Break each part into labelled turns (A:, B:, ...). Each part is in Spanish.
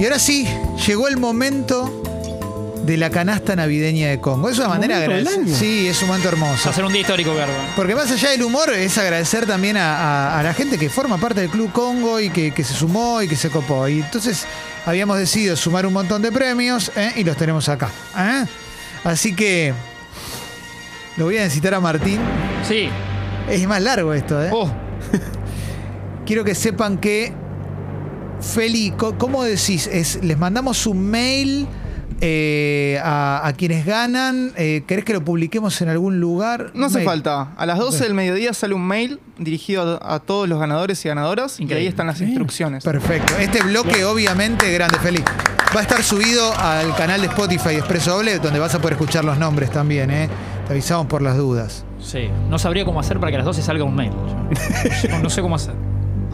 A: Y ahora sí, llegó el momento de la canasta navideña de Congo. Es una manera de
B: Momento del
A: agradecer.
B: año.
A: Sí, es un momento hermoso.
C: Hacer un día histórico, Garba.
A: Porque más allá del humor es agradecer también a, a- a la gente que forma parte del Club Congo y que, que se sumó y que se copó. Y entonces habíamos decidido sumar un montón de premios ¿eh? y los tenemos acá. ¿eh? Así que lo voy a necesitar a Martín.
C: Sí.
A: Es más largo esto. ¿eh?
C: Oh,
A: Quiero que sepan que, Feli, co- ¿cómo decís? Es, les mandamos un mail eh, a, a quienes ganan. Eh, ¿Querés que lo publiquemos en algún lugar?
D: No hace
A: Mail.
D: falta. A las 12
A: Ok.
D: del mediodía sale un mail dirigido a, a todos los ganadores y ganadoras y ahí
C: Increíble.
D: están las instrucciones.
A: Perfecto. Este bloque, obviamente, grande, Feli. Va a estar subido al canal de Spotify de Expreso Doble, donde vas a poder escuchar los nombres también, ¿eh? Te avisamos por las dudas.
C: sí. No sabría cómo hacer para que a las 12 salga un mail. No, no sé cómo hacer.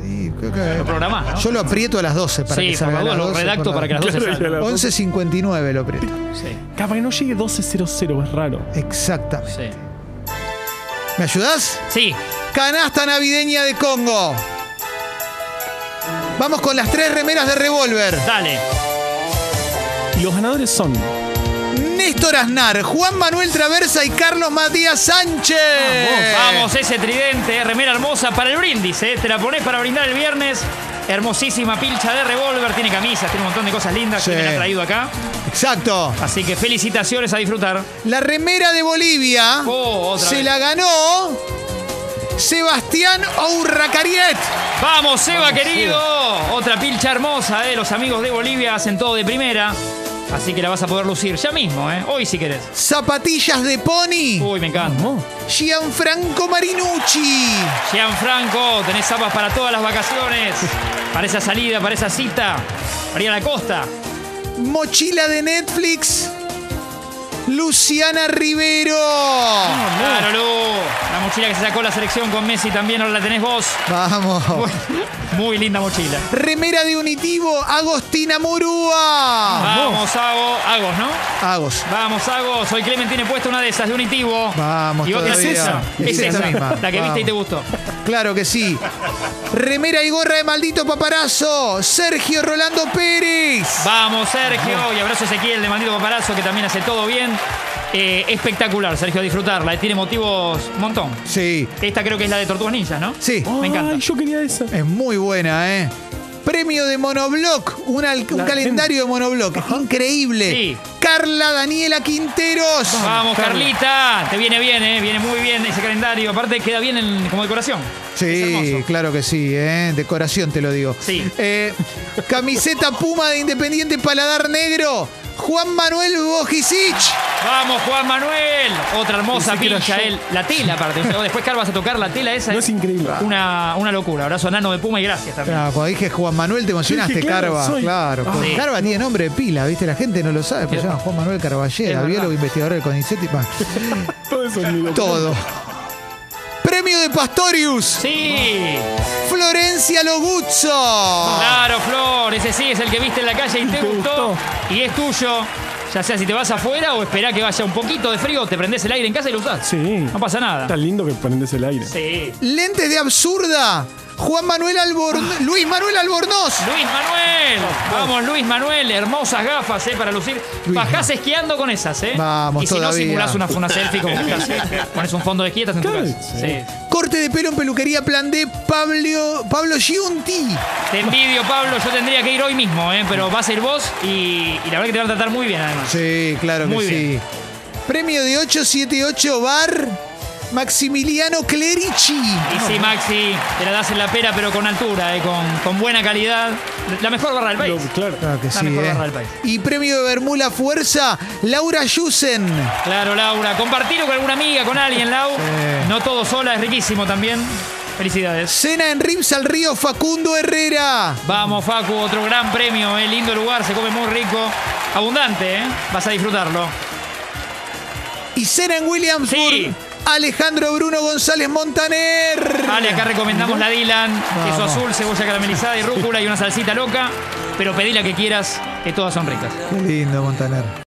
A: Y creo que-
C: Lo programás, ¿no?
A: Yo lo aprieto a las 12 para
C: sí,
A: que
C: por
A: salga. a
C: favor,
A: las
C: lo
A: 12
C: redacto
A: por
C: para que a
A: la-
C: las 12
B: Claro,
C: salga.
B: claro.
A: 11.59 lo aprieto.
C: Sí,
B: Capaz que no llegue 12.00, es raro.
A: Exactamente.
C: sí.
A: ¿Me ayudás?
C: Sí.
A: Canasta navideña de Congo. Vamos con las tres remeras de revólver.
C: Dale.
B: Y los ganadores son.
A: Néstor Aznar, Juan Manuel Traversa y Carlos Matías Sánchez. Eh.
C: Vamos, ese tridente, eh, remera hermosa para el brindis, eh. Te la pones para brindar el viernes. Hermosísima pilcha de revólver, tiene camisas, tiene un montón de cosas lindas
A: Sí.
C: que me la ha traído acá.
A: Exacto.
C: Así que felicitaciones a disfrutar.
A: La remera de Bolivia
C: Oh, otra
A: se
C: vez.
A: la ganó Sebastián Ourracariet.
C: Vamos, Seba, querido. Otra pilcha hermosa, eh. Los amigos de Bolivia hacen todo de primera. Así que la vas a poder lucir ya mismo, eh. Hoy si querés.
A: Zapatillas de pony.
C: Uy, me encanta.
B: ¿Cómo?
A: Gianfranco Marinucci.
C: Gianfranco, tenés zapas para todas las vacaciones. Para esa salida, para esa cita. María la Costa.
A: Oh, Mochila de Netflix. Luciana Rivero.
C: Claro, Lu. La mochila que se sacó la selección con Messi también ahora la tenés vos.
A: Vamos.
C: Muy, muy linda mochila.
A: Remera de Unitivo, Agostina Murúa.
C: Vamos, Agos. Agos, ¿no?
A: Agos.
C: Vamos, Agos. Hoy Clemen tiene puesta una de esas de Unitivo.
A: Vamos,
C: y vos
A: todavía.
C: es esa.
A: Es
C: Es
A: esa
C: esa.
A: misma.
C: La que viste y te
A: Vamos.
C: gustó.
A: Claro que sí. Remera y gorra de maldito paparazo. Sergio Rolando Pérez.
C: Vamos, Sergio. Y abrazo a Ezequiel de Maldito Paparazzo, que también hace todo bien. Eh, espectacular, Sergio, a disfrutarla. eh, Tiene motivos un montón.
A: Sí.
C: Esta creo que es la de Tortugas Ninja, ¿no?
A: Sí.
C: Me encanta.
B: Ay, yo quería esa.
A: Es muy buena, ¿eh? Premio de Monobloc, un, al- un
B: La-
A: calendario de Monobloc, increíble.
C: Sí.
A: Carla Daniela Quinteros.
C: Vamos, Carlita. Te viene bien, ¿eh? Viene muy bien ese calendario. Aparte, queda bien en- como decoración. Es
A: Sí,
C: hermoso.
A: claro que sí, ¿eh? decoración te lo digo.
C: Sí.
A: Eh, camiseta Puma de Independiente Paladar Negro, Juan Manuel Bojicic.
C: Vamos, Juan Manuel. Otra hermosa
B: Pensé que era
C: pincha,
B: yo.
C: él. La tela, aparte. Después, Carl, vas a tocar la tela esa. eh.
B: No es increíble. Ah.
C: Una, una locura. Abrazo a Nano de Puma y gracias también.
A: Claro, cuando dije Juan Manuel te emocionaste,
B: Dije, claro,
A: Carva.
B: soy-
A: Claro,
B: Ah,
A: porque
C: sí.
A: Carva tiene nombre de pila, ¿viste? La gente no lo sabe, pero se llama Juan Manuel Carballera,
C: Es
A: biólogo
C: verdad.
A: investigador del CONICET y más.
B: Todo eso es mi
A: Todo. Premio de Pastorius,
C: Sí.
A: Florencia Loguzzo.
C: Claro, Flor. Ese sí es el que viste en la calle y te,
B: Te
C: gustó,
B: gustó.
C: Y es tuyo. Ya sea si te vas afuera o esperá que vaya un poquito de frío, te prendés el aire en casa y lo usás.
B: Sí.
C: No pasa nada.
B: Tan lindo que prendes el aire.
C: Sí.
A: Lentes de Absurda, Juan Manuel
C: Ah.
A: Albornoz. Luis Manuel Albornoz.
C: Luis Manuel, vamos Luis Manuel, hermosas gafas eh, para lucir.
A: Luis
C: Bajás esquiando con esas, ¿eh?
A: Vamos,
C: y si
A: todavía.
C: no simulás una, una selfie con esas, ¿eh? pones un fondo de esquí y estás en tu
B: Claro,
C: casa.
B: sí.
C: Sí.
A: Corte de pelo en peluquería plan de Pablo, Pablo Giunti.
C: Te envidio, Pablo, yo tendría que ir hoy mismo, ¿eh? pero vas a ir vos y, y la verdad que te van a tratar muy bien además.
A: Sí, claro
C: Muy
A: que
C: bien.
A: sí. Premio de 878 Bar Maximiliano Clerici.
C: Y sí, Maxi, te la das en la pera, pero con altura, eh, con, con buena calidad. La mejor barra del
B: Lo-
C: país.
B: claro.
A: Claro que
C: La
A: sí.
C: mejor
A: eh.
C: barra del país.
A: Y premio de Bermula Fuerza Laura Yusen.
C: Claro, Laura. Compartilo con alguna amiga, con alguien, Lau. No todo sola, es riquísimo también. Felicidades.
A: Cena en Rims al Río Facundo Herrera.
C: Vamos, Facu, otro gran premio, ¿eh? lindo lugar, se come muy rico, abundante, ¿eh? vas a disfrutarlo.
A: Y cena en Williamsburg.
C: Sí.
A: Alejandro Bruno González Montaner.
C: Vale, acá recomendamos la Dylan, queso
A: Vamos.
C: azul, cebolla caramelizada y rúcula y una salsita loca, pero pedí la que quieras, que todas son ricas.
A: Qué lindo Montaner.